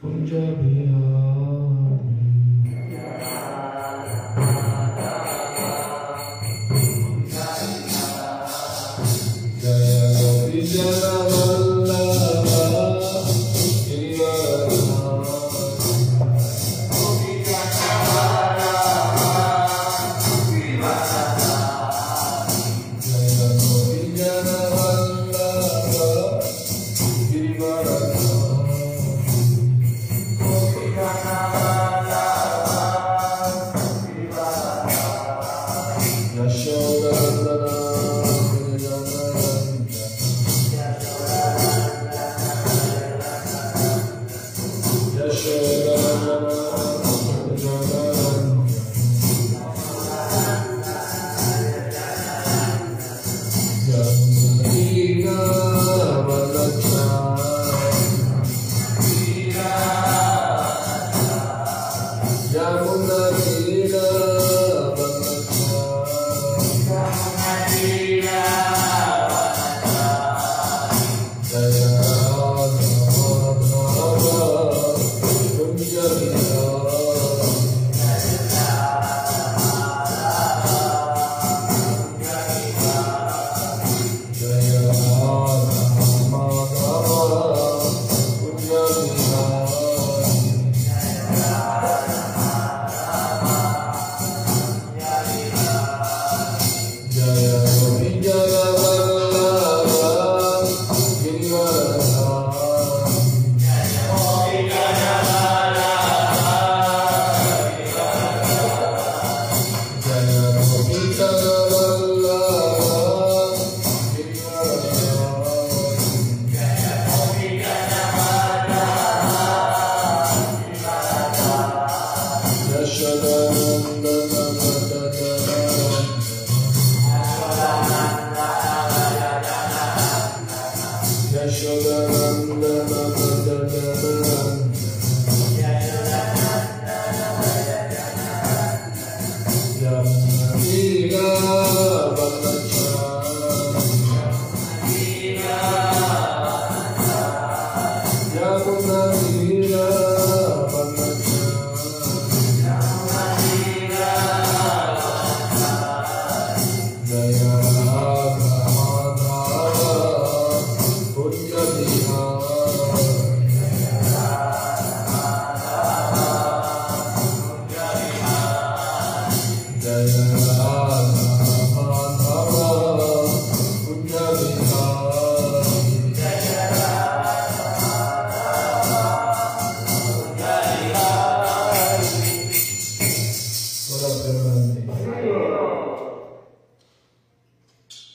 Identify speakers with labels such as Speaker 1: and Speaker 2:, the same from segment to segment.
Speaker 1: 분자비하리 Thank you. Yashoda Yamuna Tira Thank you. Jaya Yashodananda Jaya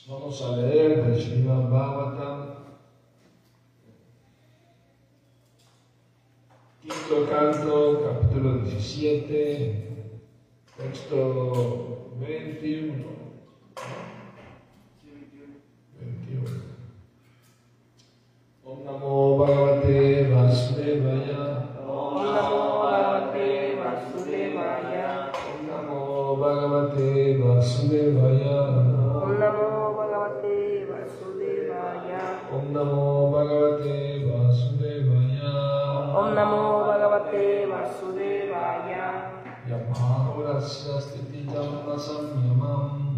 Speaker 1: Vamos a leer el Srimad Bhagavatam, quinto canto, capítulo 17, texto 21. 21. Om Namo Bhagavate Vasudevaya.
Speaker 2: ॐ नमो भगवते वासुदेवाय
Speaker 1: Om Namo Bhagavate Vasudevaya.
Speaker 2: ॐ नमो
Speaker 1: Om
Speaker 2: भगवते वासुदेवाय
Speaker 1: Namo Bhagavate Vasudevaya.
Speaker 2: ॐ नमो भगवते वासुदेवाय
Speaker 1: यमाहुरस्य स्थितिजं न संयमम्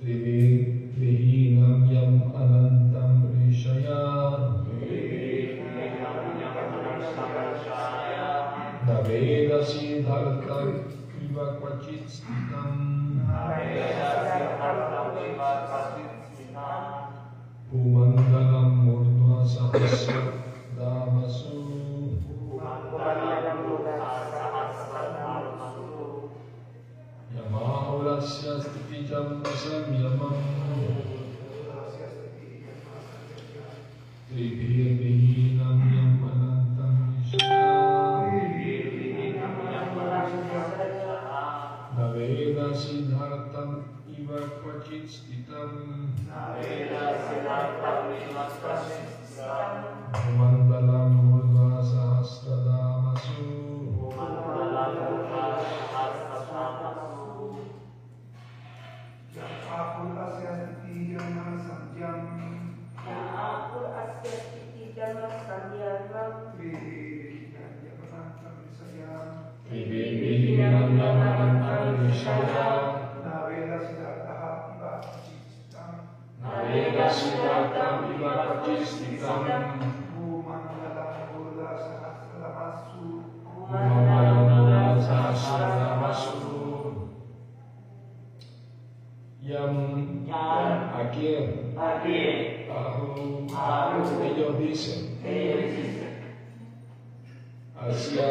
Speaker 1: त्रिवि- त्रिहीनं यम् अनन्तं ऋषया न वेदसि धर्तव्यमिव क्वचित् स्थितम् भूमण्डलम् ऊर्ध्वसहस्रधामसु यमाहुरस्य स्थितिजं न संयमम् त्रिभिर्विहीनं यम् अनन्तं न वेदसि धर्तम् इव क्वचित् स्थितम् मण्डलम् ऊर्ध्वसहस्रधामसु शिवातां विवापचिष्ठितम् Yang akhir baru ellos dicen hacia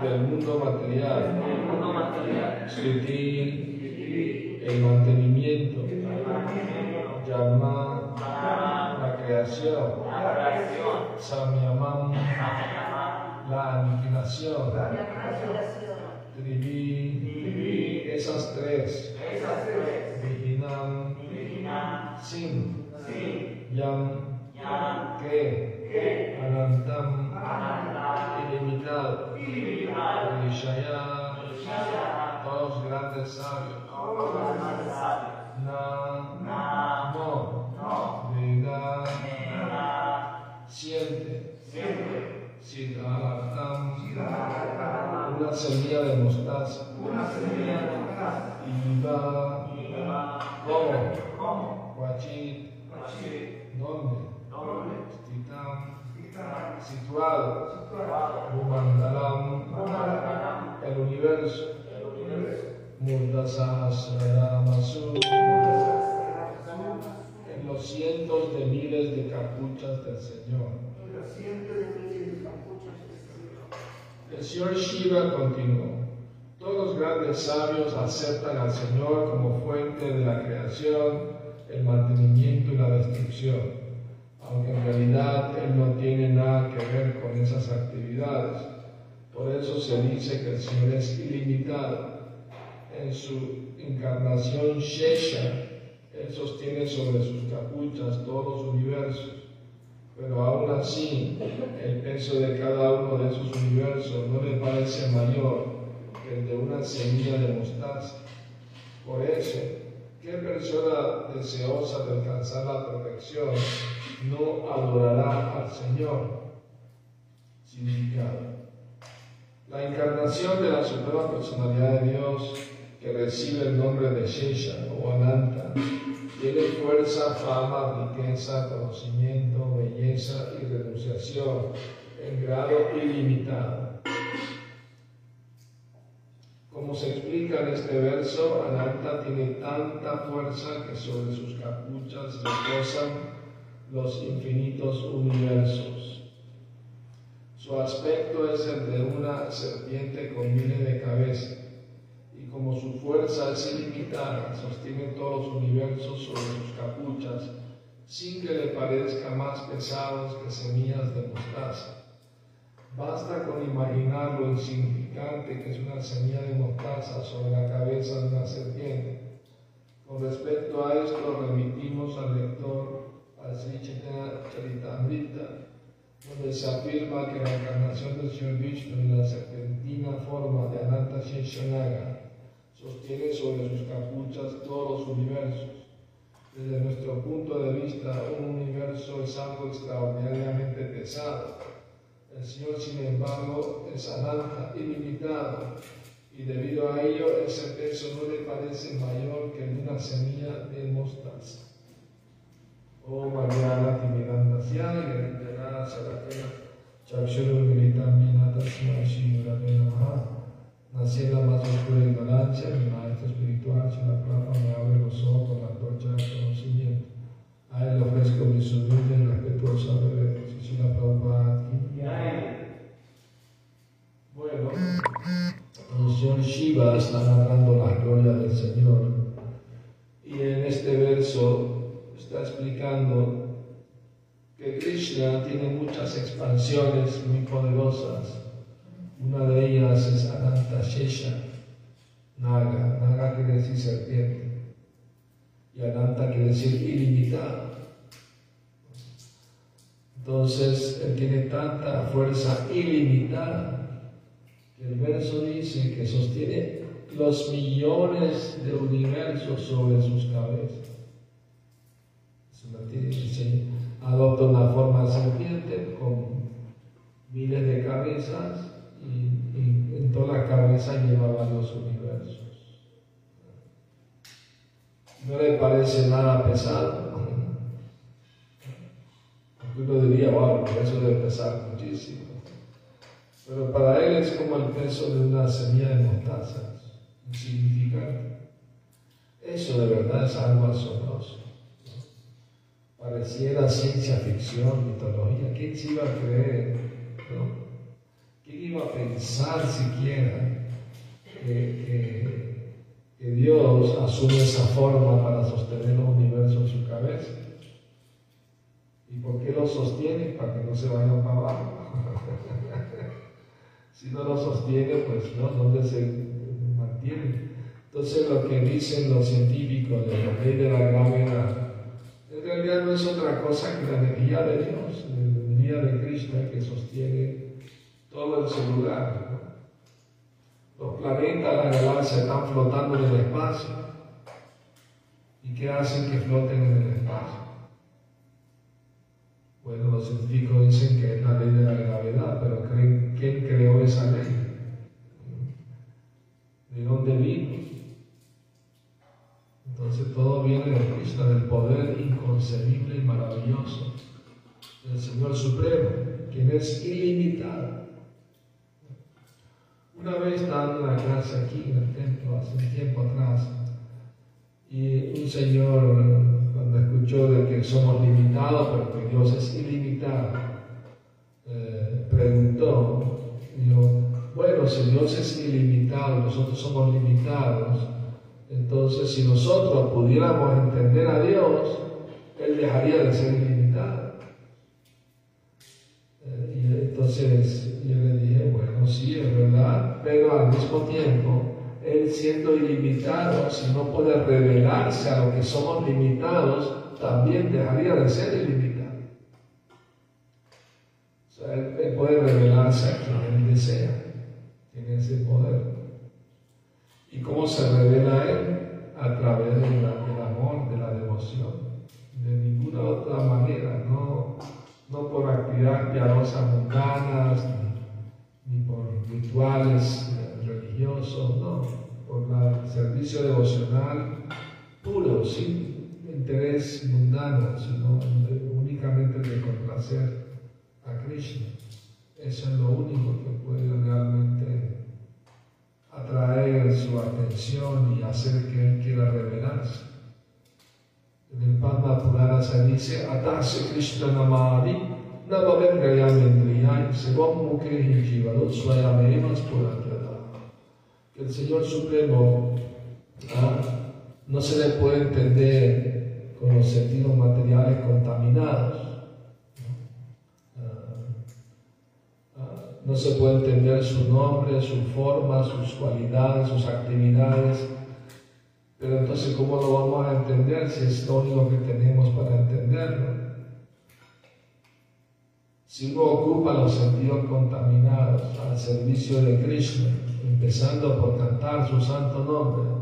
Speaker 1: del mundo material, sutil, el mantenimiento, llama la creación, samyamam, la aniquilación, trivi, esas tres, viginam, sin, yam, que, anantam, ilimitado, Elishaya, todos grandes sabios, na, no, Veda, siente, Siddhartham, una semilla de mostaza, Iva, ¿cómo? Guachit, ¿dónde? Titam, situado, Bhumandalam, el universo, Murdasahasranamasu, en los cientos de miles de capuchas del Señor. El señor Shiva continuó. Todos los grandes sabios aceptan al Señor como fuente de la creación, el mantenimiento y la destrucción, aunque en realidad Él no tiene nada que ver con esas actividades. Por eso se dice que el Señor es ilimitado. En su encarnación Shesha, Él sostiene sobre sus capuchas todos los universos pero aún así el peso de cada uno de esos universos no le parece mayor que el de una semilla de mostaza. Por eso, ¿qué persona deseosa de alcanzar la perfección no adorará al Señor? Significado. La encarnación de la Suprema Personalidad de Dios, que recibe el nombre de Shesha o Ananta, tiene fuerza, fama, riqueza, conocimiento, belleza y renunciación en grado ilimitado. Como se explica en este verso, Ananta tiene tanta fuerza que sobre sus capuchas reposan los infinitos universos. Su aspecto es el de una serpiente con miles de cabezas y como su fuerza es ilimitada, sostiene todos los universos sobre sus capuchas, sin que le parezca más pesados que semillas de mostaza. Basta con imaginar lo insignificante que es una semilla de mostaza sobre la cabeza de una serpiente. Con respecto a esto, remitimos al lector al Sri Chaitanya Charitamrita, donde se afirma que la encarnación del Señor Vishnu en la serpentina forma de Ananta Sheshanaga sostiene sobre sus capuchas todos los universos. Desde nuestro punto de vista, un universo es algo extraordinariamente pesado. El Señor, sin embargo, es Ananta ilimitado y debido a ello ese peso no le parece mayor que el de una semilla de mostaza. Oh, Om Agnanati Vedantasyaya Gyanana Sarakaya Chakshurudilitam Yena Tasmai Shri Gurave Namaha Nací en la más oscura ignorancia, mi maestro espiritual, si la plata me abre los ojos con la antorcha del conocimiento. A él le ofrezco mi humilde y respetuosa reverencia, si la Prabhupada aquí. Bueno, el señor Shiva está narrando la gloria del Señor. Y en este verso está explicando que Krishna tiene muchas expansiones muy poderosas. Una de ellas es Ananta Shesha, Naga. Naga quiere decir serpiente. Y Ananta quiere decir ilimitado. Entonces, él tiene tanta fuerza ilimitada que el verso dice que sostiene los millones de universos sobre sus cabezas. Se mantiene, se adopta una forma de serpiente con miles de cabezas y, y en toda la cabeza lleva varios universos. No le parece nada pesado. Uno diría, wow, eso debe pesar muchísimo. Pero para él es como el peso de una semilla de mostaza, insignificante. Eso de verdad es algo asombroso. ¿no? Pareciera ciencia ficción, mitología. ¿Quién se iba a creer? no? ¿Quién iba a pensar siquiera que, que- que Dios asume esa forma para sostener los universos en su cabeza? ¿Y por qué lo sostiene? Para que no se vayan para abajo. si no lo sostiene, pues no, ¿dónde se mantiene? Entonces lo que dicen los científicos de la ley de la gravedad, en realidad no es otra cosa que la energía de Dios, la energía de Krishna que sostiene todo en su lugar. ¿no? Los planetas, las galaxias están flotando en el espacio. ¿Y qué hacen que floten en el espacio? Bueno, los científicos dicen que es la ley de la gravedad, pero creen, ¿quién creó esa ley? ¿De dónde vino? Entonces todo viene de Krishna, del poder inconcebible y maravilloso del Señor Supremo, quien es ilimitado. Una vez estaba dando una clase aquí en el templo, hace un tiempo atrás, y un señor, cuando escuchó de que somos limitados, pero que Dios es ilimitado, eh, preguntó, dijo, bueno, si Dios es ilimitado, nosotros somos limitados, entonces si nosotros pudiéramos entender a Dios, Él dejaría de ser ilimitado. Eh, y entonces yo le dije, bueno, sí, es verdad, pero al mismo tiempo, él siendo ilimitado, si no puede revelarse a lo que somos limitados, también dejaría de ser ilimitado. O sea, él, él puede revelarse a quien él desea, tiene ese poder. ¿Y cómo se revela a él? A través de la- del amor, de la devoción. De ninguna otra manera, no, no por actividad piadosa mundanas, ni, ni por rituales eh, religiosos, no, por la- el servicio devocional puro, sin interés mundano, sino de- únicamente de complacer a Krishna. Eso es lo único que puede realmente atraer su atención y hacer que él quiera revelarse. En el Padma Purana se dice, Atase Krishna Namadi, Namavem Gayamendriyai, Sevam Mukhe Jivarut Swayamevas Purantrata. Que el Señor Supremo ah, no se le puede entender con los sentidos materiales contaminados. ¿no? Ah, ah, no se puede entender su nombre, su forma, sus cualidades, sus actividades. Pero entonces, ¿cómo lo vamos a entender si es lo único que tenemos para entenderlo? Si uno ocupa los sentidos contaminados al servicio de Krishna, empezando por cantar su santo nombre,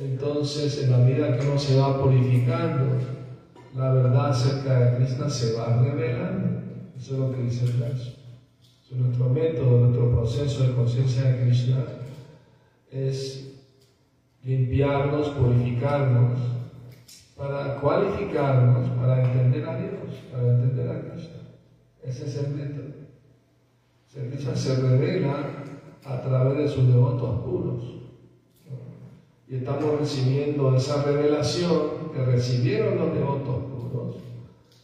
Speaker 1: entonces en la medida que uno se va purificando, la verdad acerca de Krishna se va revelando. Eso es lo que dice el verso. Entonces, Nuestro método, nuestro proceso de conciencia de Krishna es limpiarnos, purificarnos, para cualificarnos, para entender a Dios, para entender a Cristo. Ese es el método. Se, Krishna se revela a través de sus devotos puros. Y estamos recibiendo esa revelación que recibieron los devotos puros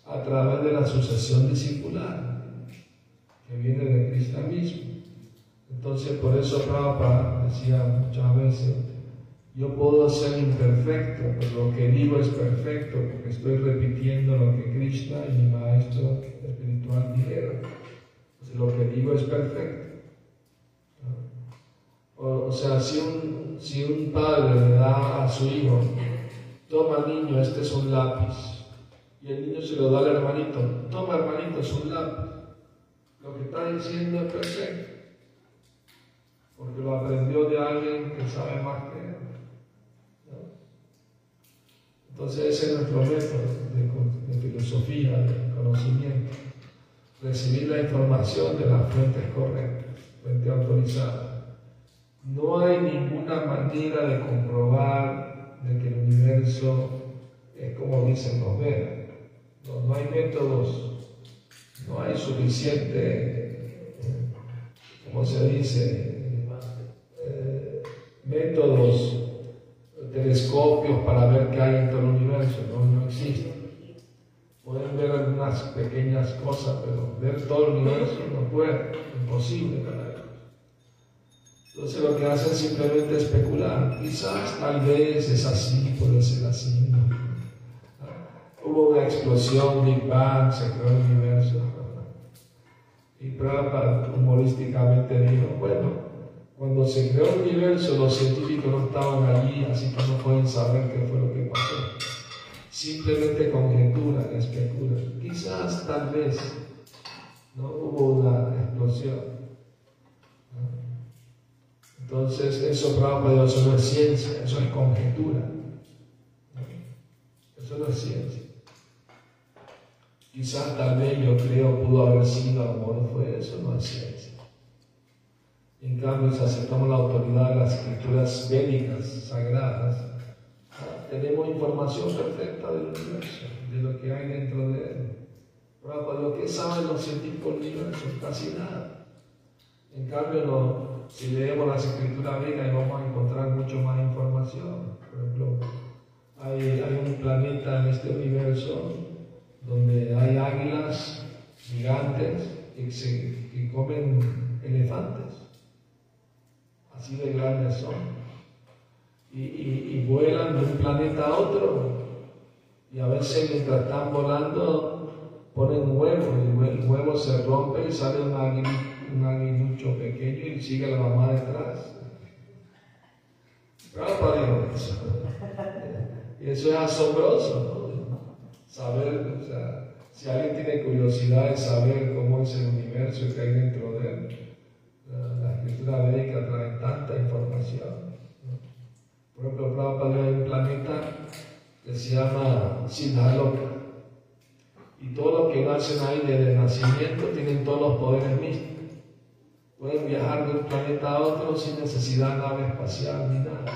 Speaker 1: a través de la sucesión discipular que viene de Cristo mismo. Entonces, por eso Prabhupada decía muchas veces, yo puedo ser imperfecto, pero lo que digo es perfecto, porque estoy repitiendo lo que Krishna y mi maestro espiritual dijeron. Entonces, lo que digo es perfecto. O, o sea, si un, si un padre le da a su hijo, toma niño, este es un lápiz, y el niño se lo da al hermanito, toma hermanito, es un lápiz. Lo que está diciendo es perfecto porque lo aprendió de alguien que sabe más que él. ¿no? Entonces ese es nuestro método de, con- de filosofía, de conocimiento, recibir la información de las fuentes correctas, fuente autorizada. No hay ninguna manera de comprobar de que el universo es como dicen los Vedas. No, no hay métodos No hay suficiente, como se dice, eh, métodos, telescopios para ver qué hay en todo el universo, no, no existe. Pueden ver algunas pequeñas cosas, pero ver todo el universo no puede, imposible para ellos. Entonces lo que hacen simplemente especular, quizás, tal vez es así, puede ser así. Hubo una explosión, Big Bang, se creó el universo. Y Prabhupada humorísticamente dijo, bueno, cuando se creó el universo los científicos no estaban allí, así que no pueden saber qué fue lo que pasó. Simplemente conjeturan, especulan. Quizás, tal vez, no hubo una explosión. Entonces, eso, Prabhupada, eso no es ciencia, eso es conjetura. Eso no es ciencia. Quizás tal vez yo creo pudo haber sido, a lo mejor fue eso, no es ciencia. En cambio, si aceptamos la autoridad de las escrituras bélicas, sagradas, tenemos información perfecta del universo, de lo que hay dentro de él. Pero para lo que saben los científicos del universo, casi nada. En cambio, no, si leemos las escrituras bélicas, vamos a encontrar mucho más información. Por ejemplo, hay, hay, un planeta en este universo donde hay águilas gigantes que, se, que comen elefantes. Así de grandes son. Y, y, y, vuelan de un planeta a otro. Y a veces mientras están volando ponen huevos. El, el huevo se rompe y sale un, águil, un aguilucho pequeño y sigue la mamá detrás. Claro, para eso. Y eso es asombroso, ¿no? Saber, o sea, si alguien tiene curiosidad de saber cómo es el universo y qué hay dentro de él, la, la escritura védica trae tanta información. ¿no? Por ejemplo, Prabhupada hay un planeta que se llama Sinaloca. Y todos los que nacen ahí desde el nacimiento tienen todos los poderes místicos. Pueden viajar de un planeta a otro sin necesidad de nave espacial ni nada.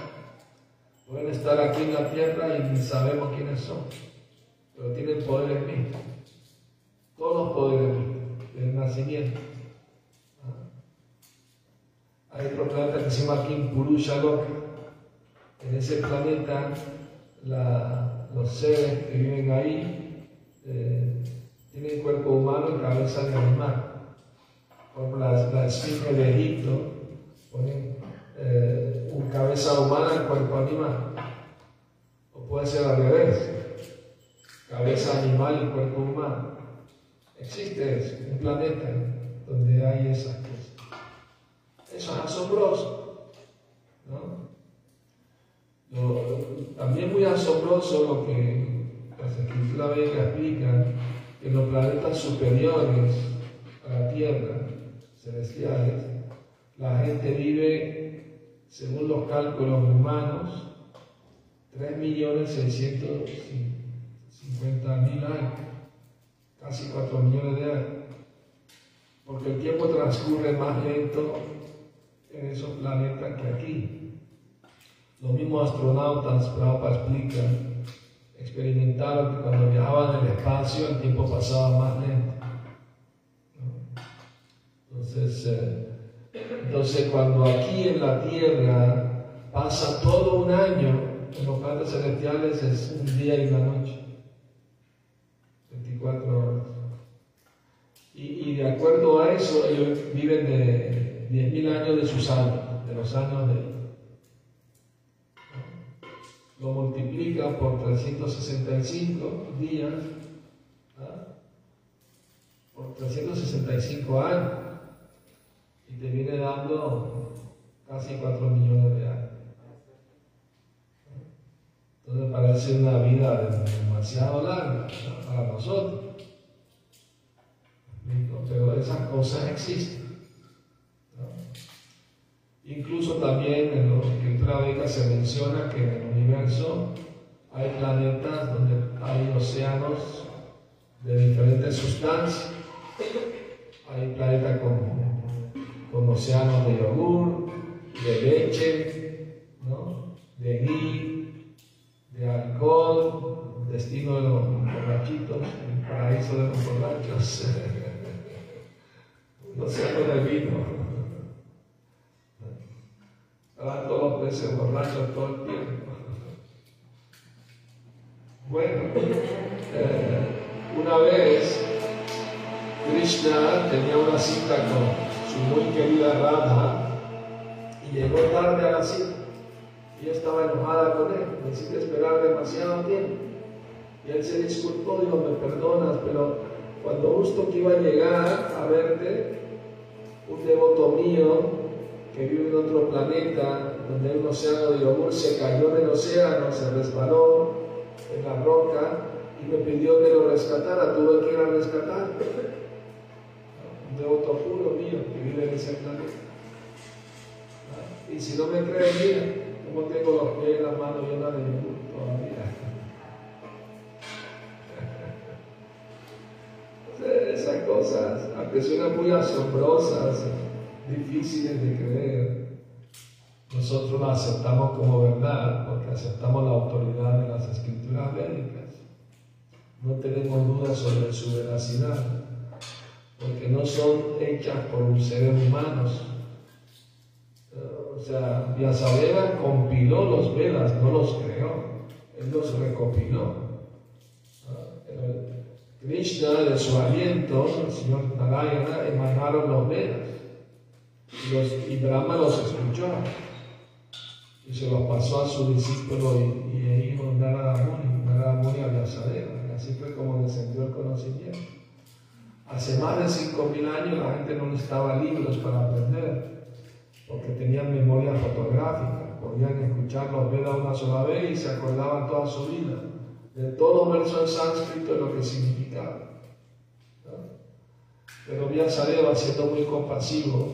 Speaker 1: Pueden estar aquí en la tierra y ni sabemos quiénes son, pero tienen poderes místicos. Todos los poderes místicos del nacimiento. Ah. Hay otro planeta que se llama Kimpurusha Loka. En ese planeta, la, los seres que viven ahí eh, tienen cuerpo humano y cabeza de animal. Como la, la esfinge de Egipto, ponen eh, un cabeza humana en cuerpo animal. O puede ser al revés. Cabeza animal y cuerpo humano. Existe eso, un planeta donde hay esas cosas. Eso es asombroso. ¿no? Lo, también muy asombroso lo que las escrituras bélicas explican, que los planetas superiores a la Tierra, celestiales, la gente vive según los cálculos humanos, 3.650.000 años, casi 4 millones de años, porque el tiempo transcurre más lento en esos planetas que aquí. Los mismos astronautas, Prabhupada explica, experimentaron que cuando viajaban en el espacio el tiempo pasaba más lento. Entonces, eh, entonces, cuando aquí en la tierra pasa todo un año, en los planetas celestiales es un día y una noche, 24 horas. Y, y de acuerdo a eso, ellos viven de 10.000 años de sus años, de los años de ellos. Lo multiplica por 365 días, ¿verdad? por 365 años y te viene dando casi 4 millones de años. Entonces parece una vida demasiado larga para nosotros. Pero esas cosas existen. ¿no? Incluso también en los que se menciona que en el universo hay planetas donde hay océanos de diferentes sustancias. Hay planetas con con océanos de yogur, de leche, ¿no? de gui, de alcohol, destino de los borrachitos, el paraíso de los borrachos. no se acuerda el vino. Rato López se borracha todo el tiempo. Bueno, eh, una vez Krishna tenía una cita con su muy querida Radha y llegó tarde a la cita. Ella estaba enojada con él, me hiciste esperar demasiado tiempo. Y él se disculpó, dijo, me perdonas, pero cuando justo que iba a llegar a verte, un devoto mío que vive en otro planeta, donde hay un océano de yogur, se cayó del océano, se resbaló en la roca y me pidió que lo rescatara, tuve que ir a rescatar. Un devoto puro mío que vive en ese planeta. ¿Ah? Y si no me crees, mira, como tengo los pies y la mano llena de yogur todavía. esas cosas, aunque suenan muy asombrosas, difíciles de creer, nosotros las aceptamos como verdad porque aceptamos la autoridad de las escrituras védicas. No tenemos dudas sobre su veracidad porque no son hechas por seres humanos. O sea, Vyasadeva compiló los Vedas, no los creó, él los recopiló. Krishna, de su aliento, el señor Narayana, emanaron los Vedas. Y, los, y Brahma los escuchó. Y se los pasó a su discípulo y, y hijo Narada Muni, Narada Muni a Vyasadeva. Y así fue como descendió el conocimiento. Hace más de 5.000 años la gente no necesitaba libros para aprender, porque tenían memoria fotográfica, podían escuchar los Vedas una sola vez y se acordaban toda su vida de todo verso en sánscrito lo que significaba. ¿no? Pero Vyasadeva, siendo muy compasivo,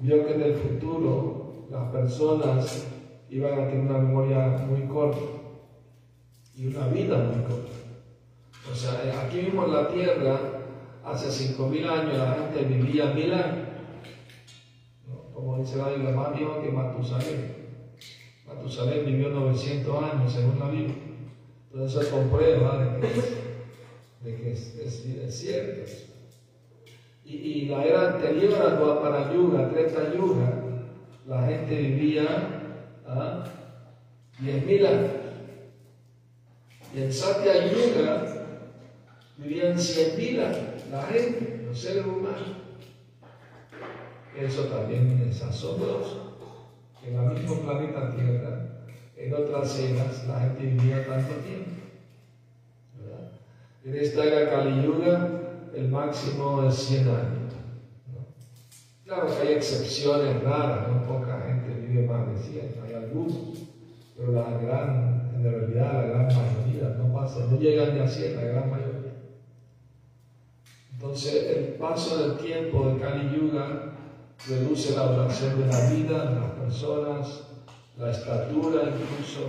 Speaker 1: vio que en el futuro las personas iban a tener una memoria muy corta y una vida muy corta. O sea, aquí mismo en la Tierra, hace 5.000 años la gente vivía mil años. ¿no? Como dice la Biblia, más viejo que Matusalén. Matusalén vivió 900 años, según la Biblia. Entonces eso comprueba de que es, de que es, es- es cierto. Y, y la era anterior a Dwapara Yuga, Treta Yuga, la gente vivía ¿ah? 10.000 años. Y en Satya Yuga vivían 100.000 años la gente, los seres humanos. Eso también es asombroso en el mismo planeta Tierra, en otras eras, la gente vivía tanto tiempo. ¿verdad? En esta era Kali Yuga, el máximo es 100 años. ¿no? Claro que hay excepciones raras, no poca gente vive más de 100, hay algunos, pero la gran, en realidad la gran mayoría no pasa, no llegan ni a 100, la gran mayoría. Entonces, el paso del tiempo de Kali Yuga reduce la duración de la vida de las personas, la estatura, incluso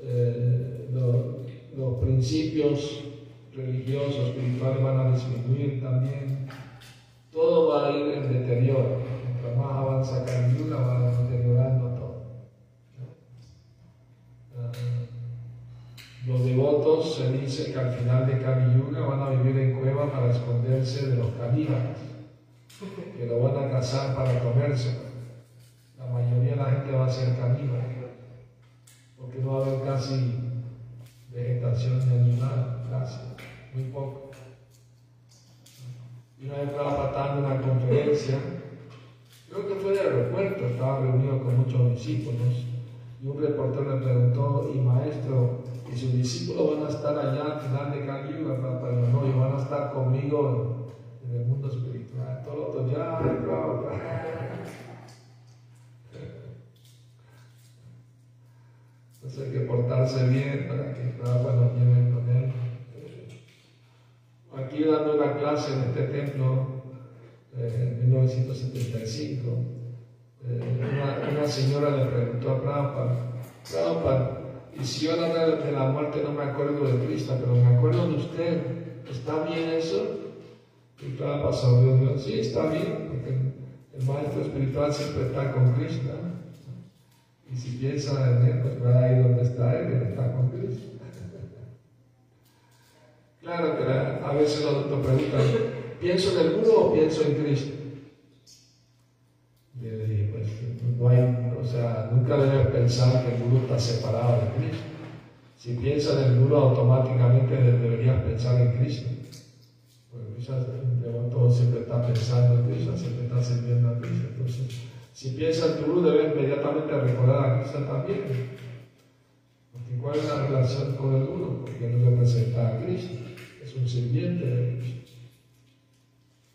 Speaker 1: eh, lo- los principios religiosos, espirituales van a disminuir también. Todo va a ir en deterioro. Mientras más avanza Kali Yuga, va deteriorando todo. Ah, los devotos se dice que al final de Kali Yuga van a vivir en cueva para esconderse de los caníbales, que lo van a cazar para comerse. La mayoría de la gente va a ser caníbal, porque no va a haber casi vegetación de animal, casi, muy poco. Y una vez estaba patando una conferencia, creo que fue en el aeropuerto, estaba reunido con muchos discípulos. Y un reportero le preguntó, y maestro, ¿y sus discípulos van a estar allá al final de Kali Yuga? Pa- Pero no, y van a estar conmigo en, en el mundo espiritual. Todo lo otro, ya, claro, claro. Entonces hay que portarse bien para que Prabhupada nos lleve con él. Aquí dando una clase en este templo, eh, en 1975, eh, una, una señora le preguntó a Prabhupada, Prabhupada, y si yo a la hora de la muerte no me acuerdo de Krishna, pero me acuerdo de usted, ¿está bien eso? Y Prabhupada sonrió y dijo, sí, está bien, porque el maestro espiritual siempre está con Krishna. Y si piensa en él, pues va a ir donde está él, él está con Krishna. Claro que la- a veces los doctores preguntan, ¿pienso en el gurú o pienso en Krishna? pues, pensar que el gurú está separado de Krishna. Si piensas en el gurú, automáticamente deberías pensar en Krishna. Porque Krishna todo siempre está pensando en Krishna, siempre está sirviendo a Krishna. Entonces, si piensas en gurú, debes inmediatamente recordar a Krishna también. Porque ¿cuál es la relación con el gurú? Porque él representa a Krishna, es un sirviente de Krishna.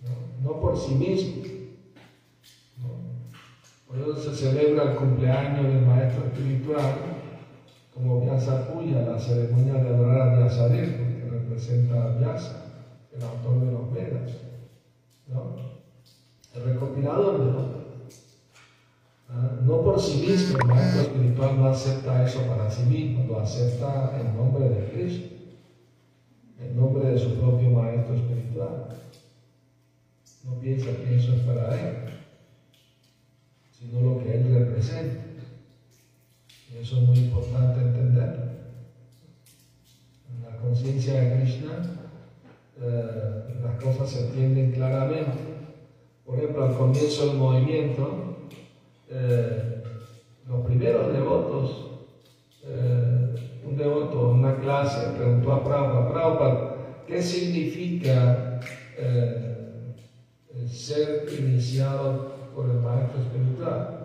Speaker 1: No, no por sí mismo. Por eso se celebra el cumpleaños del maestro espiritual, como Vyasa Puya, la ceremonia de adorar a Vyasadeva, que representa a Vyasa, el autor de los Vedas. ¿no? El recopilador de los Vedas. ¿Ah? No por sí mismo, el maestro espiritual no acepta eso para sí mismo, lo acepta en nombre de Cristo, en nombre de su propio maestro espiritual. No piensa que eso es para él sino lo que Él representa. Y eso es muy importante entenderlo. En la conciencia de Krishna, eh, las cosas se entienden claramente. Por ejemplo, al comienzo del movimiento, eh, los primeros devotos, eh, un devoto en una clase preguntó a Prabhupada, Prabhupada, ¿qué significa eh, ser iniciado por el maestro espiritual.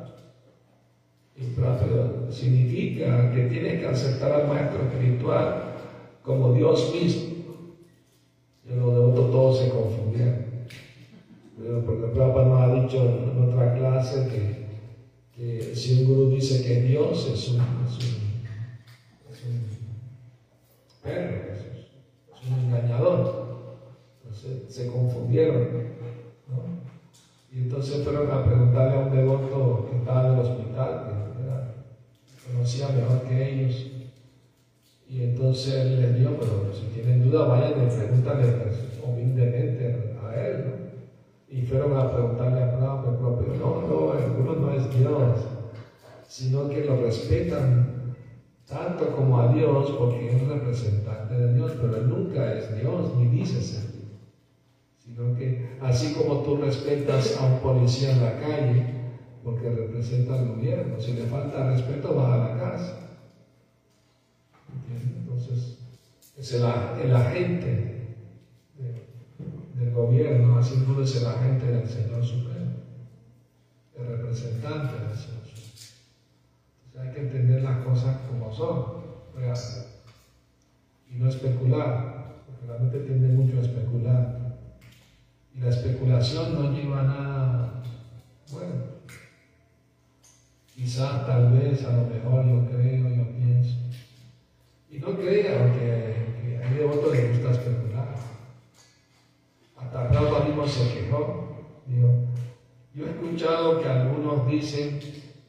Speaker 1: Y propio significa que tienes que aceptar al maestro espiritual como Dios mismo. Y los devotos todos se confundían. Pero porque Prabhupada nos ha dicho en otra clase que, que si un gurú dice que Dios es un, es un, es un perro, es, es un engañador, entonces se confundieron. Y entonces fueron a preguntarle a un devoto que estaba en el hospital, que era- conocía mejor que ellos. Y entonces él les dijo, pero si tienen duda, vayan y pregúntale pues, humildemente a él. ¿no? Y fueron a preguntarle a Prabhupada, propio, no, no, el gurú no es Dios, sino que lo respetan tanto como a Dios, porque es un representante de Dios, pero él nunca es Dios, ni dice ser Dios sino que así como tú respetas a un policía en la calle, porque representa al gobierno, si le falta respeto va a la cárcel. ¿Entiendes? Entonces, es el, a- el agente de- del gobierno, así como es el agente del Señor Supremo, el representante del Señor Supremo. Entonces, hay que entender las cosas como son, realmente, y no especular, porque la mente tiende mucho a especular. Y la especulación no lleva a nada bueno. Quizás, tal vez, a lo mejor yo creo, yo pienso. Y no eh, crean que, que a mi devoto le gusta especular. Hasta Prabhupada mismo se quejó. Dijo, yo he escuchado que algunos dicen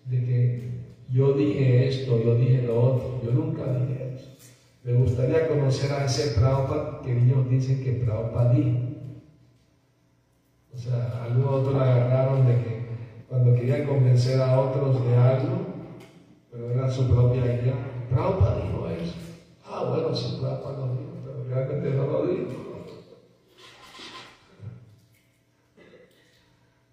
Speaker 1: de que yo dije esto, yo dije lo otro. Yo nunca dije eso. Me gustaría conocer a ese Prabhupada que ellos dicen que Prabhupada dijo. O sea, algunos otros la agarraron de que cuando querían convencer a otros de algo, pero era su propia idea. Prabhupada dijo eso. Ah, bueno, sí, Prabhupada lo dijo, pero realmente no lo dijo.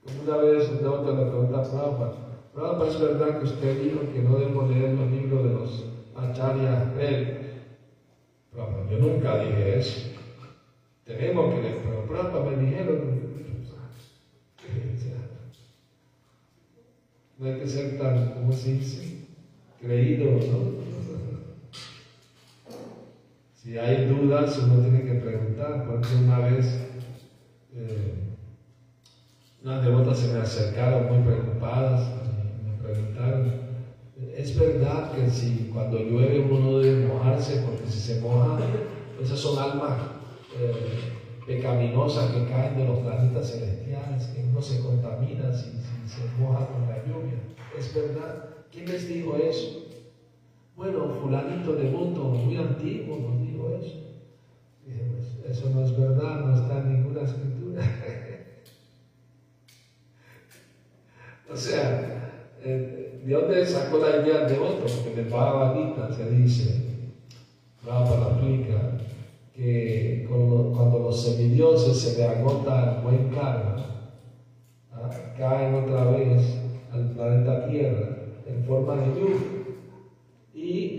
Speaker 1: Como una vez un devoto le pregunta a Prabhupada, Prabhupada, ¿es verdad que usted dijo que no debemos leer los libros de los acharyas previos? Prabhupada, yo nunca dije eso. Tenemos que leer, pero Prabhupada me dijeron o sea, No hay que ser tan, ¿cómo se dice? Creído, ¿no? Si hay dudas, uno tiene que preguntar. Porque una vez eh, unas devotas se me acercaron muy preocupadas y me preguntaron, ¿es verdad que si cuando llueve uno debe mojarse? Porque si se moja, esas son almas eh, pecaminosas que caen de los planetas celestiales, que uno se contamina si, si se moja con la lluvia. ¿Es verdad? ¿Quién les dijo eso? Bueno, fulanito de mundo muy antiguo nos dijo eso. Dije, pues, eso no es verdad, no está en ninguna escritura. o sea, eh, ¿de dónde sacó la idea de otro? Porque de Bhagavad Gita se dice, Prabhupada aplica, que con lo- cuando los semidioses se le agota el buen karma, ¿ah? caen otra vez al planeta Tierra en forma de lluvia.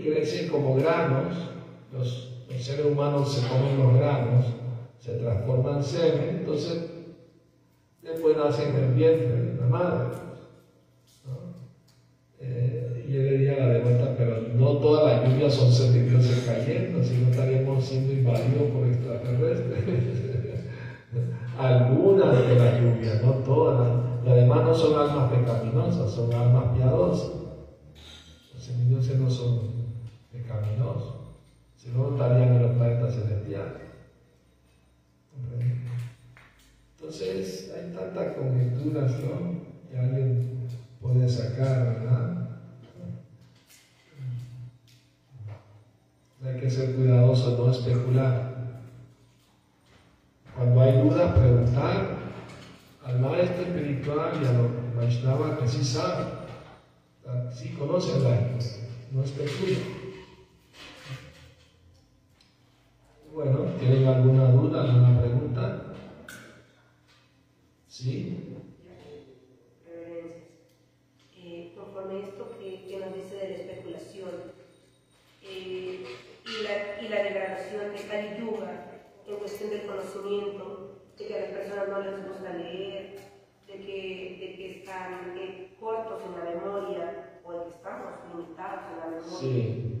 Speaker 1: crece como granos, los, los seres humanos se comen los granos, se transforman en semen, entonces después nacen en el vientre de la madre. ¿no? Eh, y él diría la demanda, pero no todas las lluvias son semidioses cayendo, sino estaríamos siendo invadidos por extraterrestres. Algunas de las lluvias, no todas. Y además no son almas pecaminosas, son almas piadosas. Los semidioses no son pecaminosos, si no no estarían en los planetas celestiales. ¿Comprenden? Entonces, hay tantas conjeturas, ¿no? Que alguien puede sacar, ¿verdad? Hay que ser cuidadoso, no especular. Cuando hay dudas, preguntar al maestro espiritual y a los Vaishnavas que sí saben, que sí conocen la historia, no especulan. Bueno, ¿tienen alguna duda, alguna pregunta? ¿Sí?
Speaker 3: Eh, eh, conforme esto que, que nos dice de la especulación eh, y, la, y la degradación de Kali Yuga en cuestión del conocimiento, de que a las personas no les gusta leer, de que, de que están eh, cortos en la memoria o de que estamos limitados en la memoria.
Speaker 1: Sí.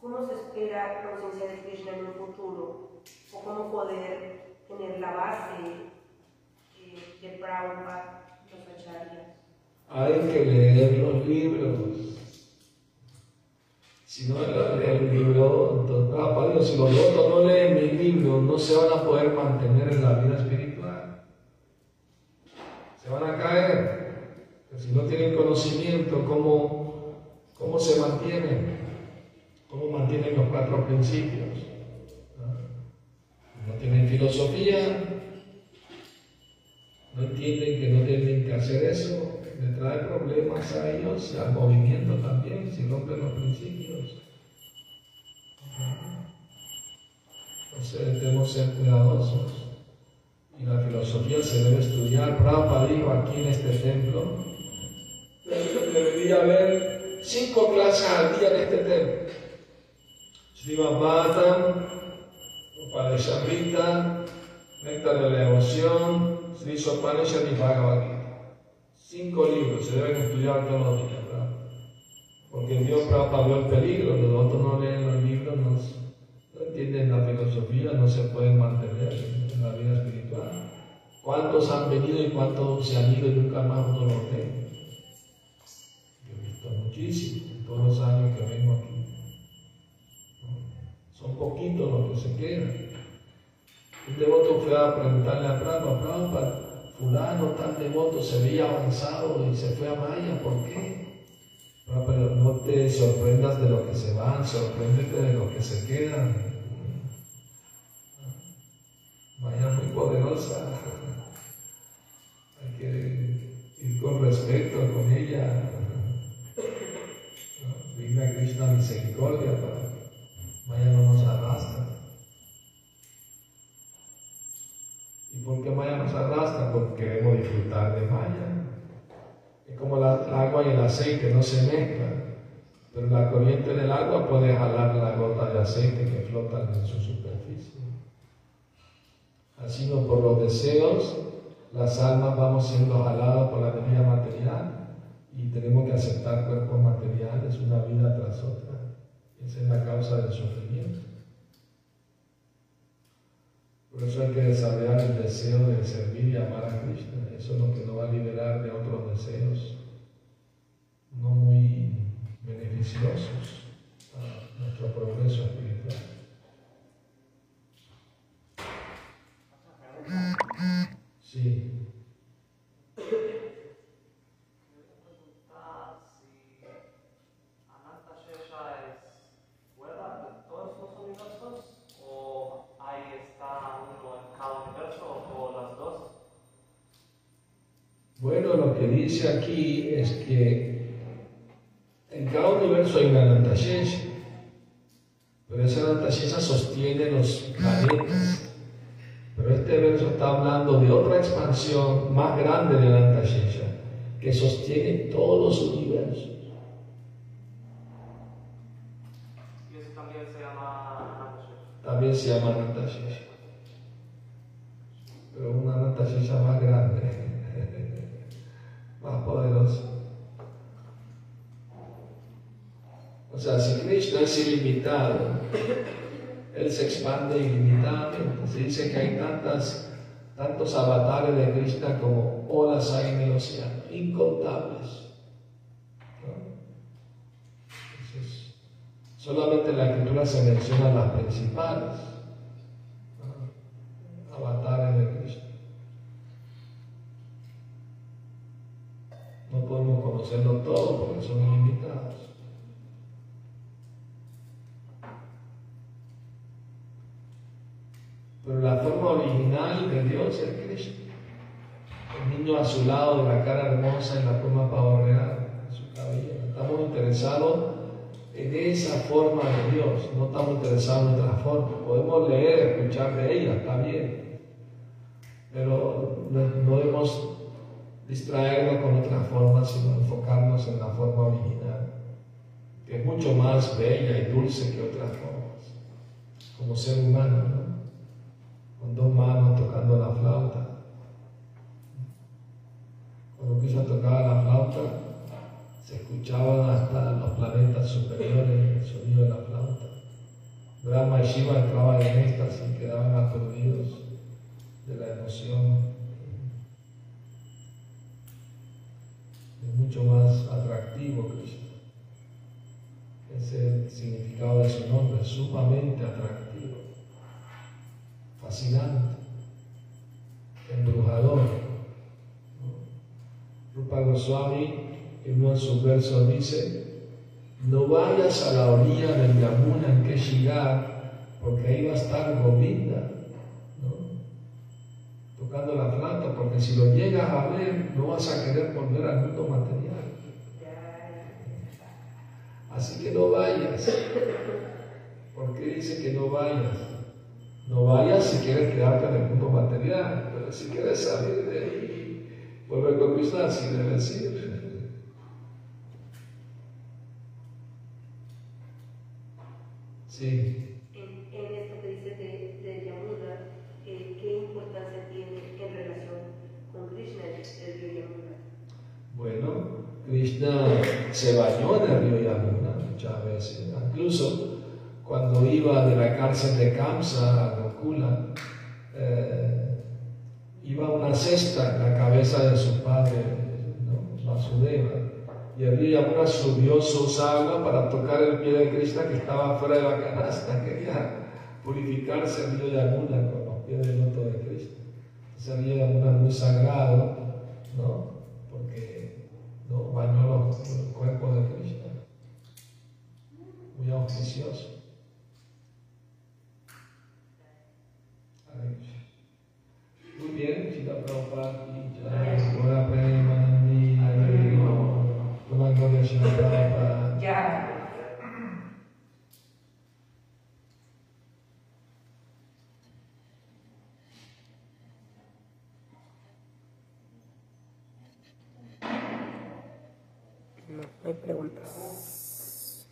Speaker 3: ¿Cómo se espera la conciencia de Krishna en un futuro? ¿O cómo poder tener la base eh, de Prabhupada, los acharyas?
Speaker 1: Hay que leer los libros. Si no lee el libro, entonces, ah, padre, si los otros no leen mi libro, no se van a poder mantener en la vida espiritual. Se van a caer. Pero si no tienen conocimiento, ¿cómo, cómo se mantienen? ¿Cómo mantienen los cuatro principios? ¿Ah? No, No tienen filosofía, no entienden que no tienen que hacer eso, le trae problemas a ellos y al movimiento también, si rompen los principios. Entonces debemos ser cuidadosos. Y la filosofía se debe estudiar. Prabhupada dijo aquí en este templo, debería haber cinco clases al día en este templo. Srimad Bhattan, Upadeshamrita, Néctar de la Devoción, Sri Sopanishad y Bhagavad Gita. Cinco libros se deben estudiar todos los días, ¿verdad? Porque Dios Prabhupada vio el peligro, los otros no leen los libros, no, no entienden la filosofía, no se pueden mantener en la vida espiritual. ¿Cuántos han venido y cuántos se han ido y nunca más uno los ve? Yo he visto muchísimo en todos los años que vengo aquí. Son poquitos los que se quedan. Un devoto fue a preguntarle a Prabhupada, Prabhupada, fulano tan devoto se veía avanzado y se fue a Maya, ¿por qué? Prabhupada, no te sorprendas de lo que se van, sorpréndete de lo que se quedan. Maya es muy poderosa. Hay que ir con respeto con ella. Vigna Krishna misericordia para Maya no nos arrastra. ¿Y por qué Maya nos arrastra? Porque queremos disfrutar de Maya. Es como la- el agua y el aceite no se mezclan, pero la corriente del agua puede jalar la gota de aceite que flotan en su superficie. Así no por los deseos, las almas vamos siendo jaladas por la energía material y tenemos que aceptar cuerpos materiales una vida tras otra. Esa es la causa del sufrimiento. Por eso hay que desarrollar el deseo de servir y amar a Krishna. Eso es lo que nos va a liberar de otros deseos no muy beneficiosos a nuestro progreso espiritual. Sí.
Speaker 4: preguntar si Ananta Shesha es fuera de todos los universos o ahí está uno en cada universo o las dos.
Speaker 1: Bueno, lo que dice aquí es que en cada universo hay una Anantashesha, pero esa Anantashesha sostiene los planetas. Pero este verso está hablando de otra expansión más grande de Anantashesha, que sostiene todos los universos. también se llama Anatashisha, pero una Anatashisha más grande, más poderosa. O sea, si Krishna es ilimitado, él se expande ilimitadamente. Se dice que hay tantas, tantos avatares de Krishna como olas hay en el océano, incontables. ¿no? Entonces, solamente en la escritura se mencionan las principales ¿no? avatares de Krishna. No podemos conocerlo todo porque son ilimitados. Pero la forma original de Dios es Krishna. El niño azulado de la cara hermosa y la pluma pavoneada en su cabello. Estamos interesados en esa forma de Dios, no estamos interesados en otra forma. Podemos leer, escuchar de ella, está bien. Pero no, no debemos distraernos con otra forma, sino enfocarnos en la forma original, que es mucho más bella y dulce que otras formas, como ser humano, ¿no? con dos manos tocando la flauta. Cuando empieza a tocar la flauta, se escuchaban hasta los planetas superiores el sonido de la flauta. Brahma y Shiva entraban en éxtasis y quedaban aturdidos de la emoción. Es mucho más atractivo Krishna. Ese es el significado de su nombre, sumamente atractivo fascinante, embrujador. Rupa Goswami en uno de sus versos dice, no vayas a la orilla del Yamuna en que llegar, porque ahí va a estar Govinda, ¿no? tocando la planta, porque si lo llegas a ver, no vas a querer volver al mundo material. Así que no vayas. ¿Por qué dice que no vayas? No vayas si quieres quedarte en el mundo material, pero si quieres salir de ahí, volver con Krishna, si debes ir. Sí.
Speaker 3: En, en esto que dices de, de Yamuna, eh, ¿qué importancia tiene en relación con Krishna el río Yamuna?
Speaker 1: Bueno, Krishna se bañó en el río Yamuna muchas veces. Incluso cuando iba de la cárcel de Kamsa a Gokula, eh, iba una cesta en la cabeza de su padre, ¿no? Vasudeva. Y el río Yamuna subió sus aguas para tocar el pie de Krishna que estaba fuera de la canasta. Quería purificarse el río Yamuna con los pies del loto de Krishna. Entonces el río Yamuna es muy sagrado, ¿no? Porque ¿no? bañó los, los cuerpos de Krishna muy auspicioso. Muy bien, Chita Prabhupada, Gora Premanandi, Gora Gloria Shila Prabhupada.
Speaker 2: Ya. No, no hay preguntas.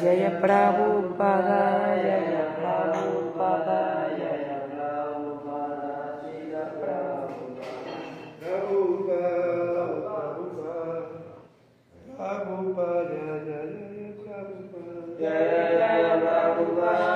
Speaker 2: Jaya Prabhupada, Jaya Prabhupada, Jaya Prabhupada, Jaya Prabhupada. Jaya Jaya Prabhupada.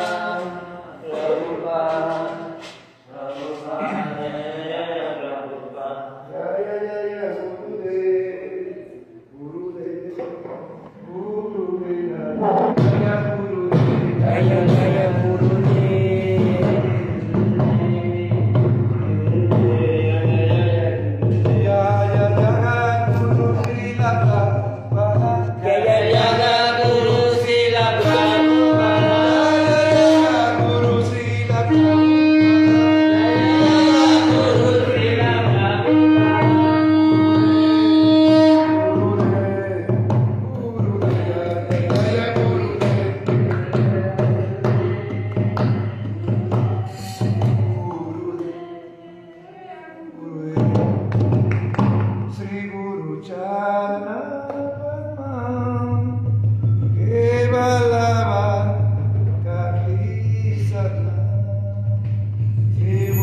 Speaker 5: Kevalava Kapisatnam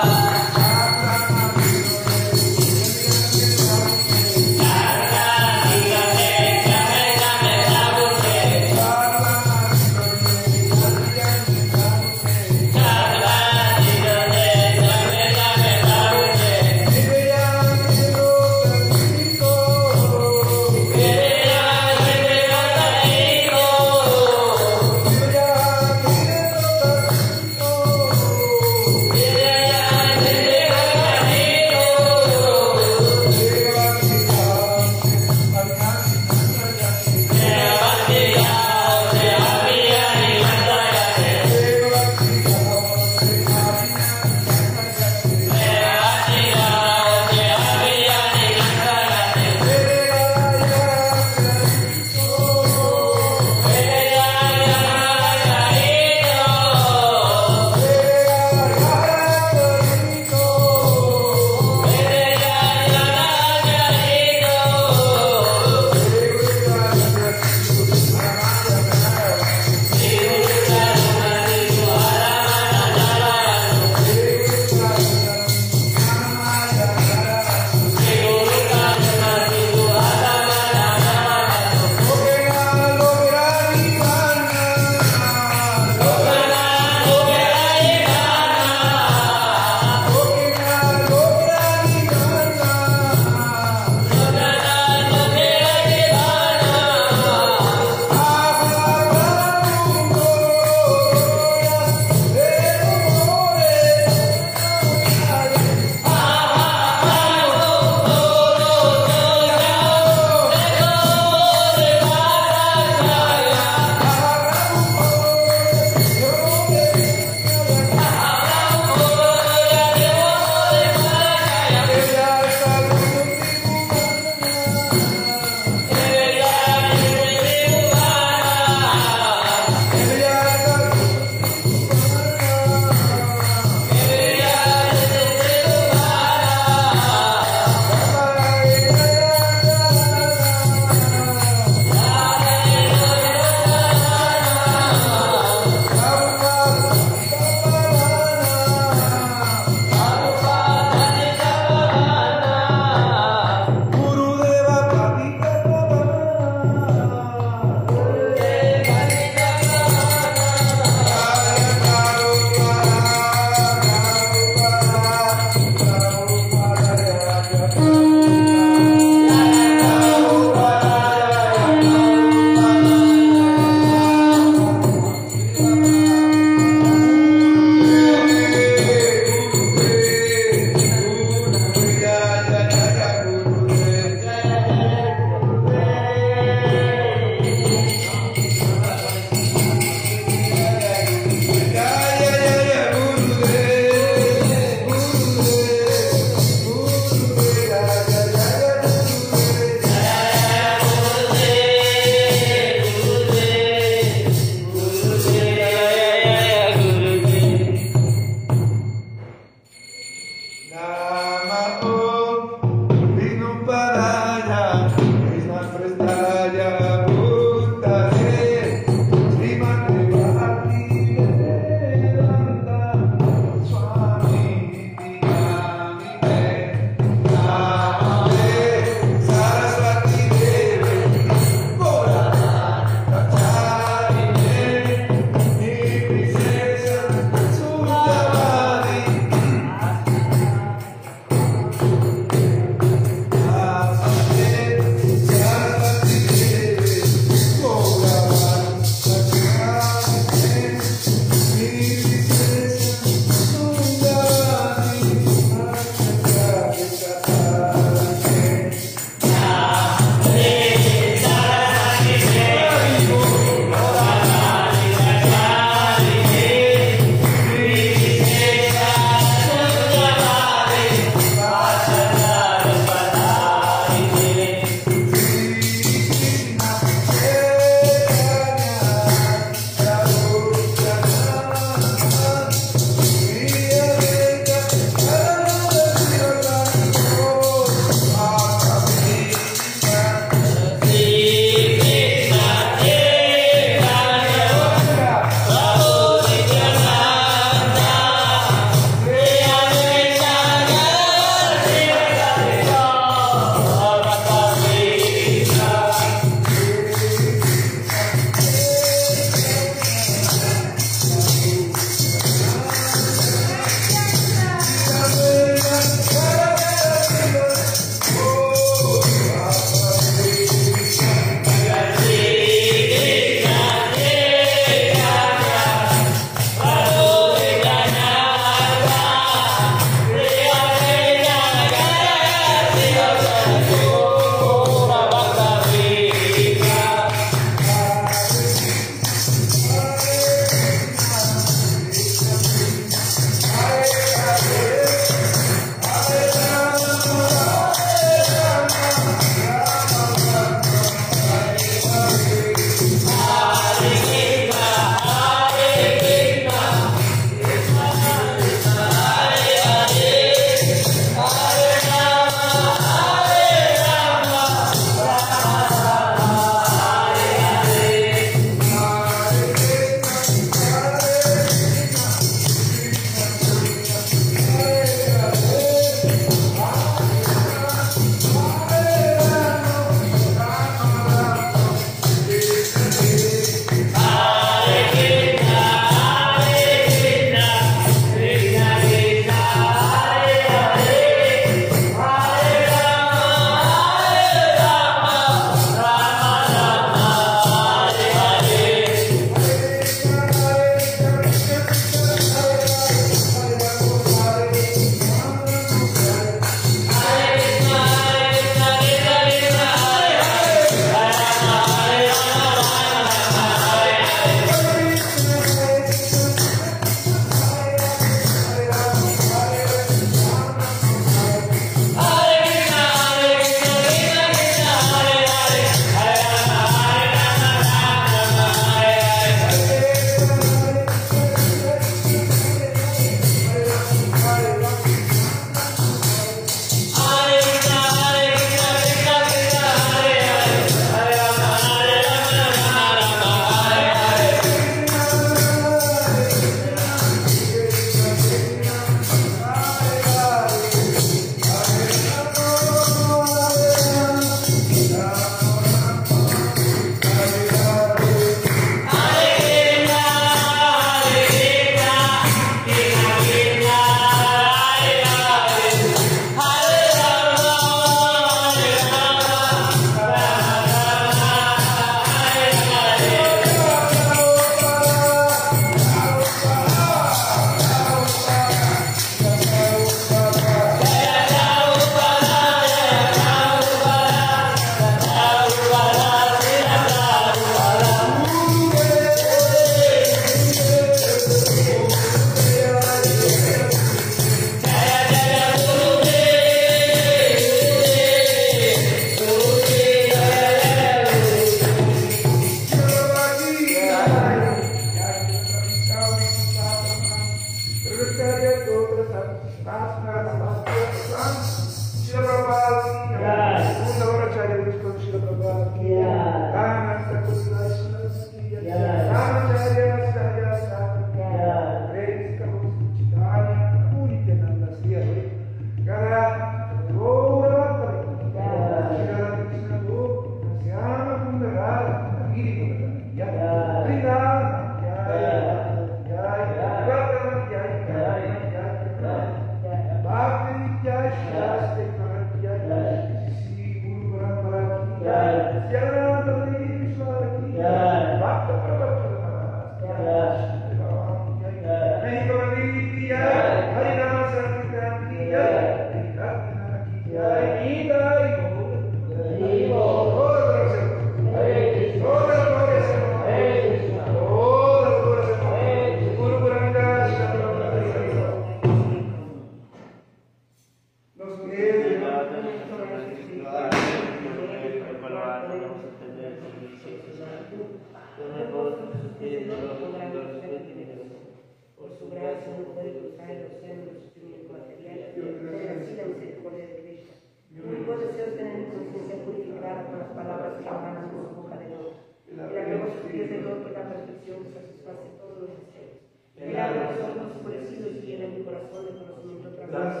Speaker 3: milagros son oscurecidos y llena mi corazón de conocimiento tramposo.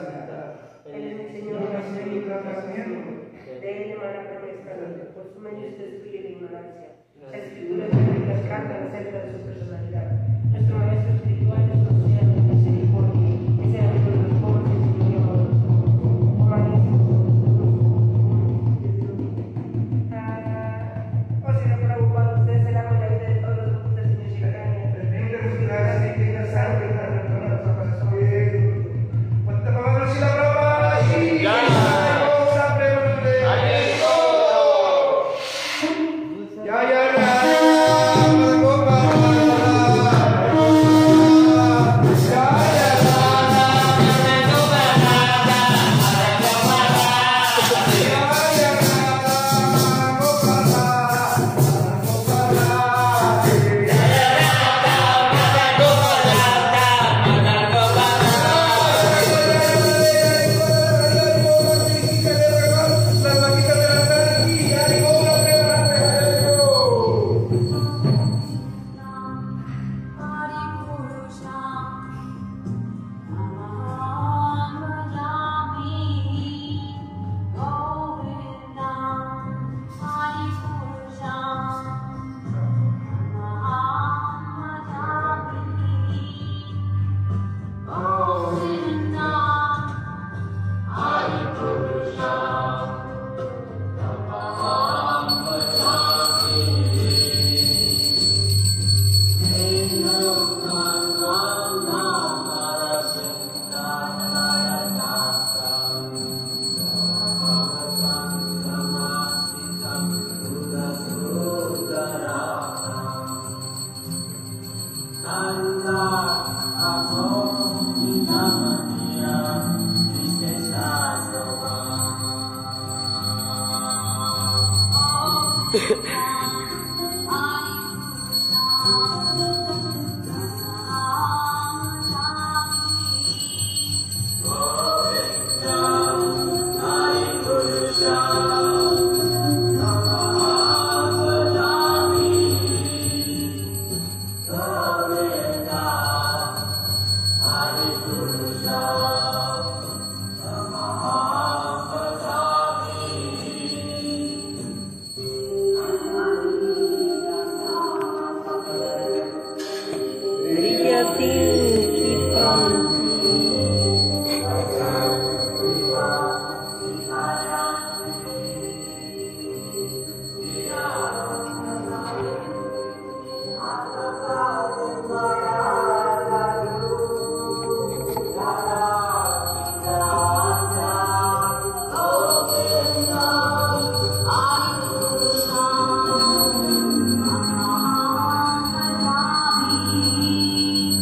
Speaker 3: Él es mi Señor, gracias mi De él emana permanezca la vida. Por su medio se destruye la ignorancia. Las escrituras bíblicas cantan acerca de su personalidad. Nuestro maestro espiritual es océano de misericordia. Es el amigo de los pobres y es muy amoroso. Oh, maestro. Ah, oh, Señor Prabhupada, usted es el amo de la vida de todos los devotos del Señor Chaitanya.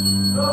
Speaker 5: Oh,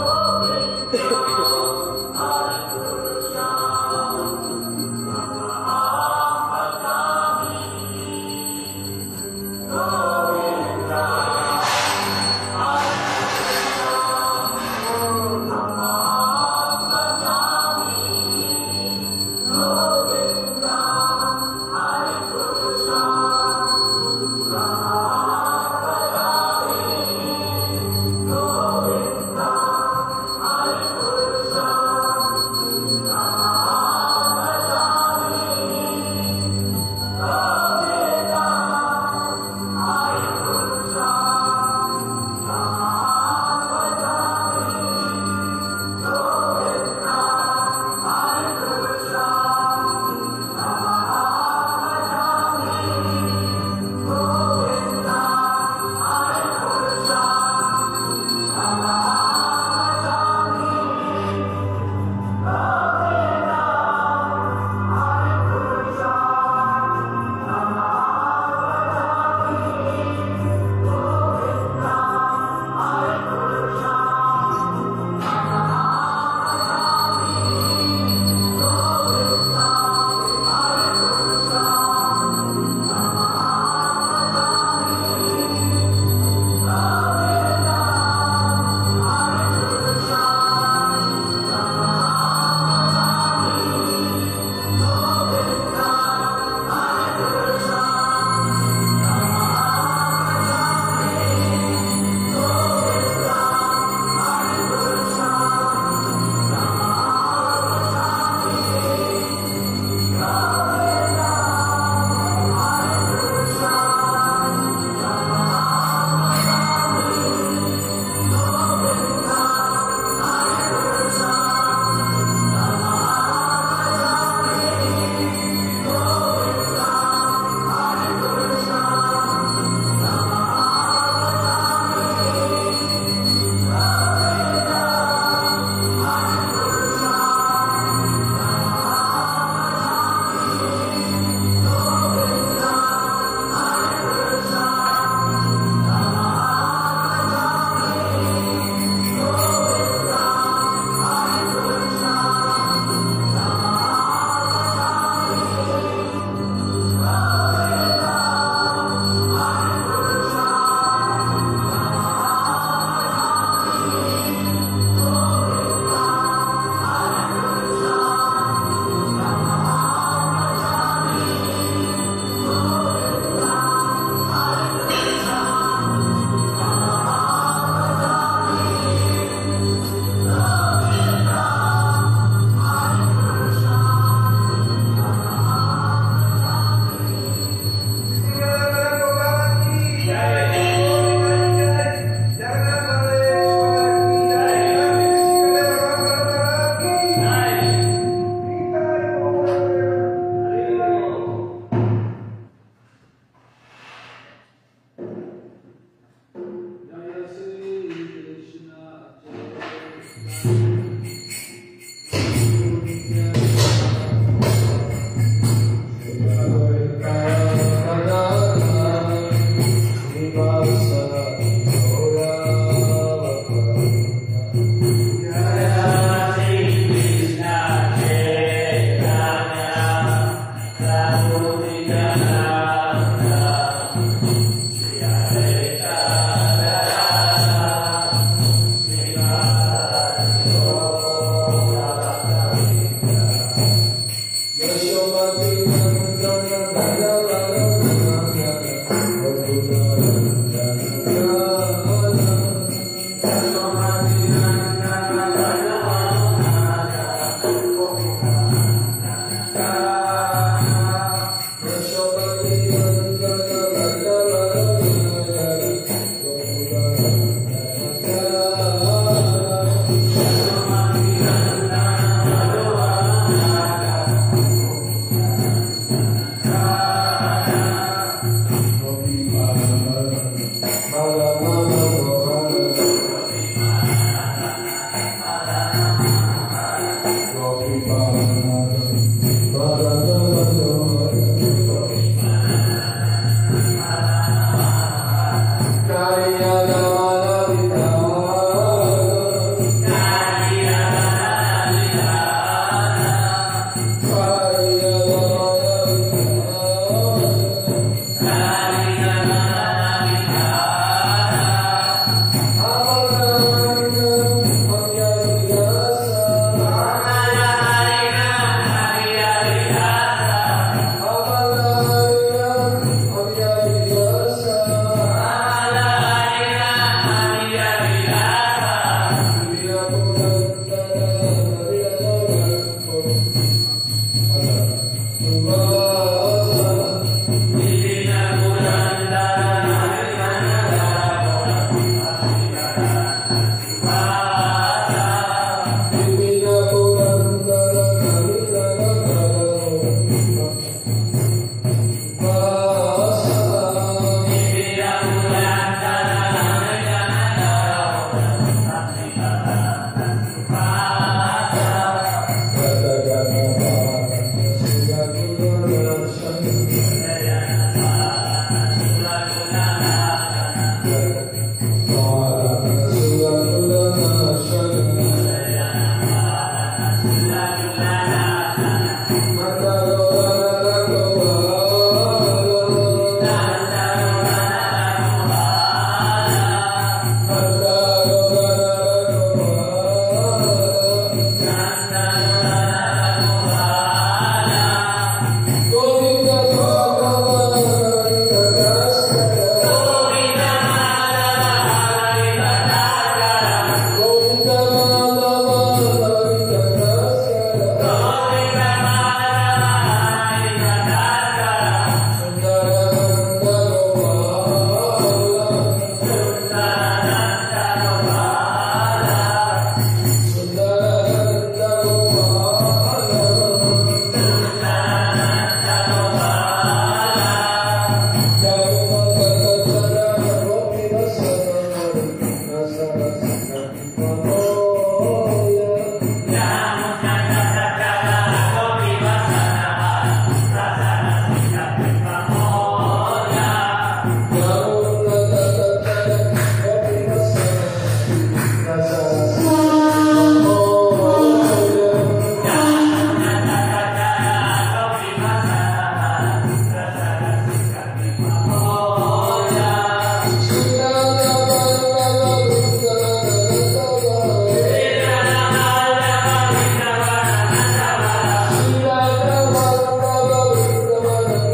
Speaker 1: Thank you.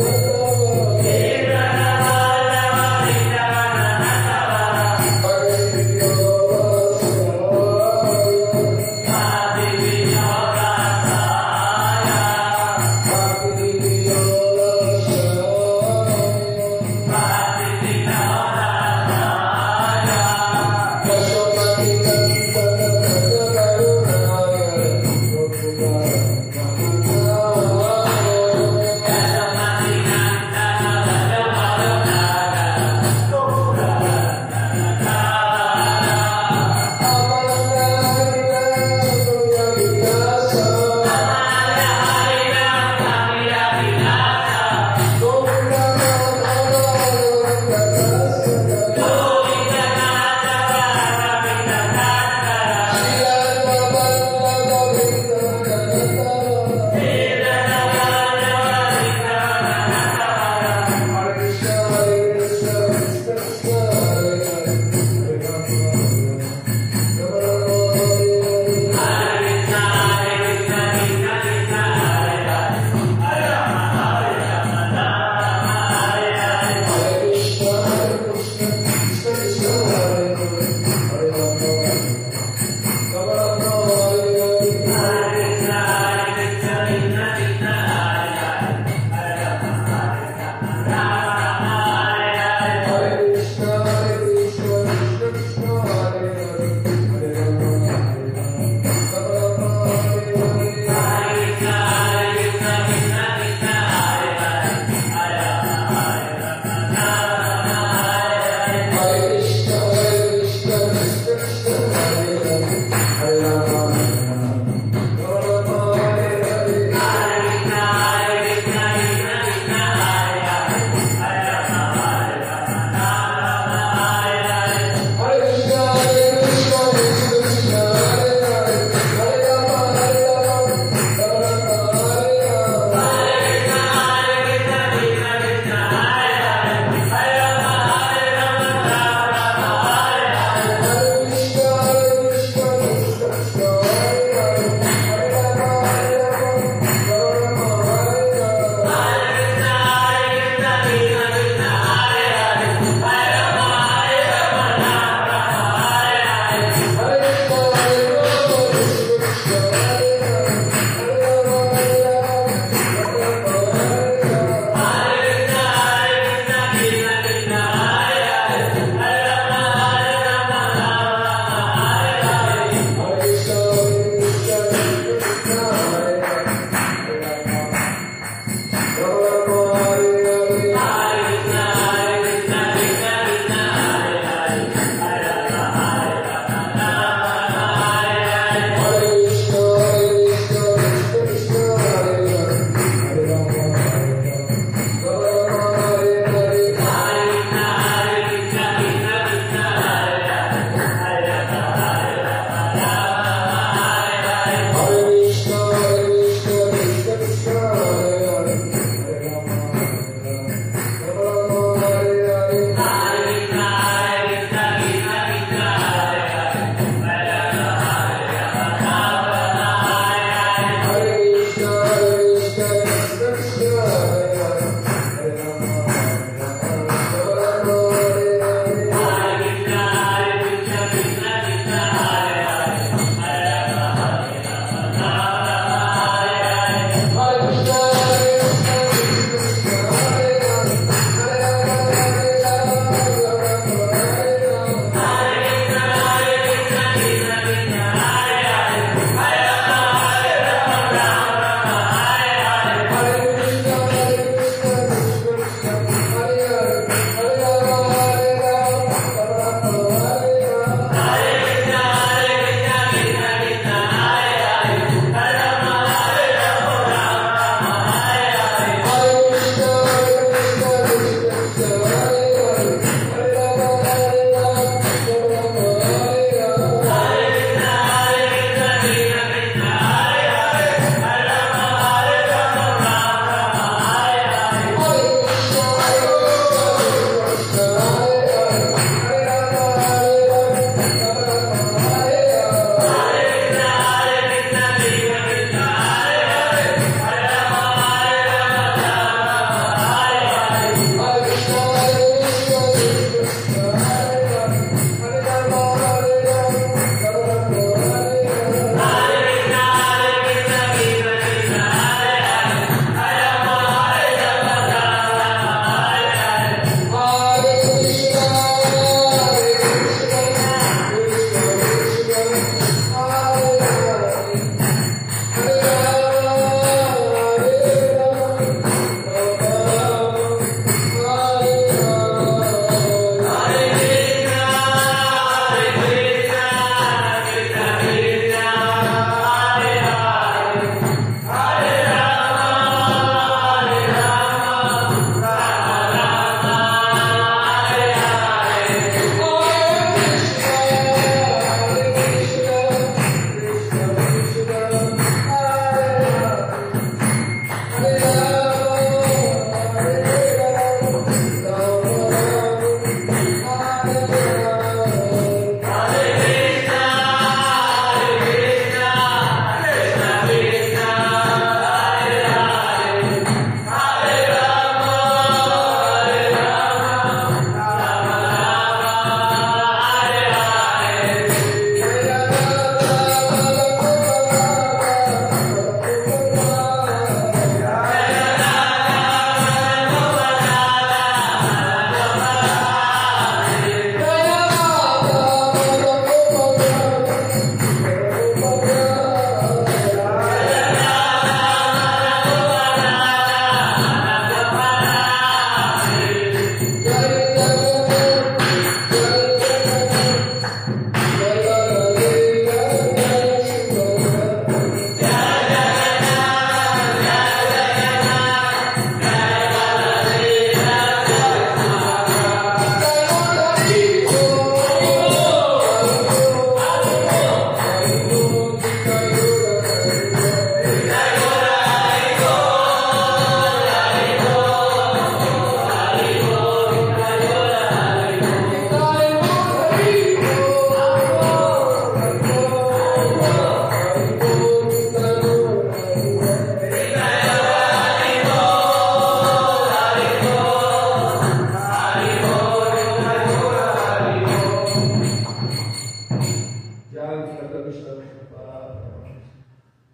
Speaker 1: Ya Alfredo Krishna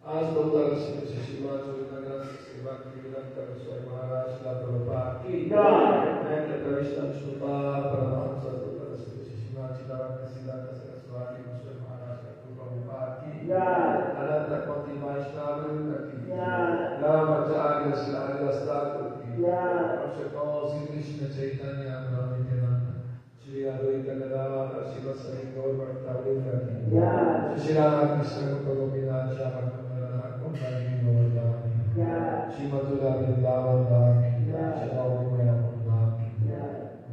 Speaker 1: आज बहुत रसिक शिवा जोगिंद्र सेवा की निरंतर स्वामी महाराज का प्रभाव की मैं प्रविष्टम शुभा परमहंस बहुत रसिक शिवा चिदावा कसिदा कसर स्वामी स्वामी महाराज का प्रभाव की अनंत कोटि वैष्णव की रामाचार्य श्रीहरि स्थापित की हमसे कहो श्री कृष्ण चैतन्य प्रभु के नाम श्री अद्वैत गदाधर शिव सरी गौर भक्ता की श्री रामकृष्ण को गोपीनाथ श्याम श्रीमधुरा वृंदावन धाम की जय, श्री गौरीमया धाम की जय,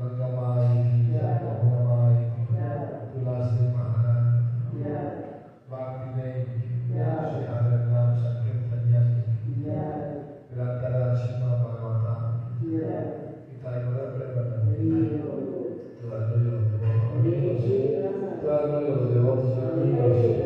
Speaker 1: गंगा माई की जय, यमुना माई की जय, तुलसी महाराज की जय, भक्ति देवी की जय, श्री हरे राम संकीर्तन यज्ञ की जय, रातारा श्रीमा भगवता की जय, पिता योरा प्रेमानंद की जय, तुलानो योगदेव, तुलानो योगदेव, तुलानो योगदेव, तुलानो योगदेव, तुलानो योगदेव, तुलानो योगदेव,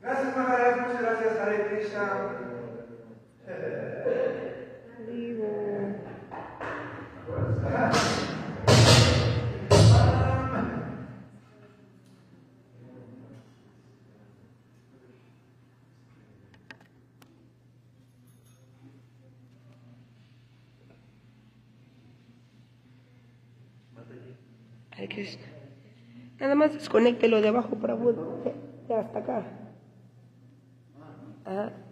Speaker 5: Gracias, Maharaj. Muchas gracias, Hare Krishna.
Speaker 2: Ay, Krishna. Nada más desconéctelo de abajo para ya hasta acá. Ajá.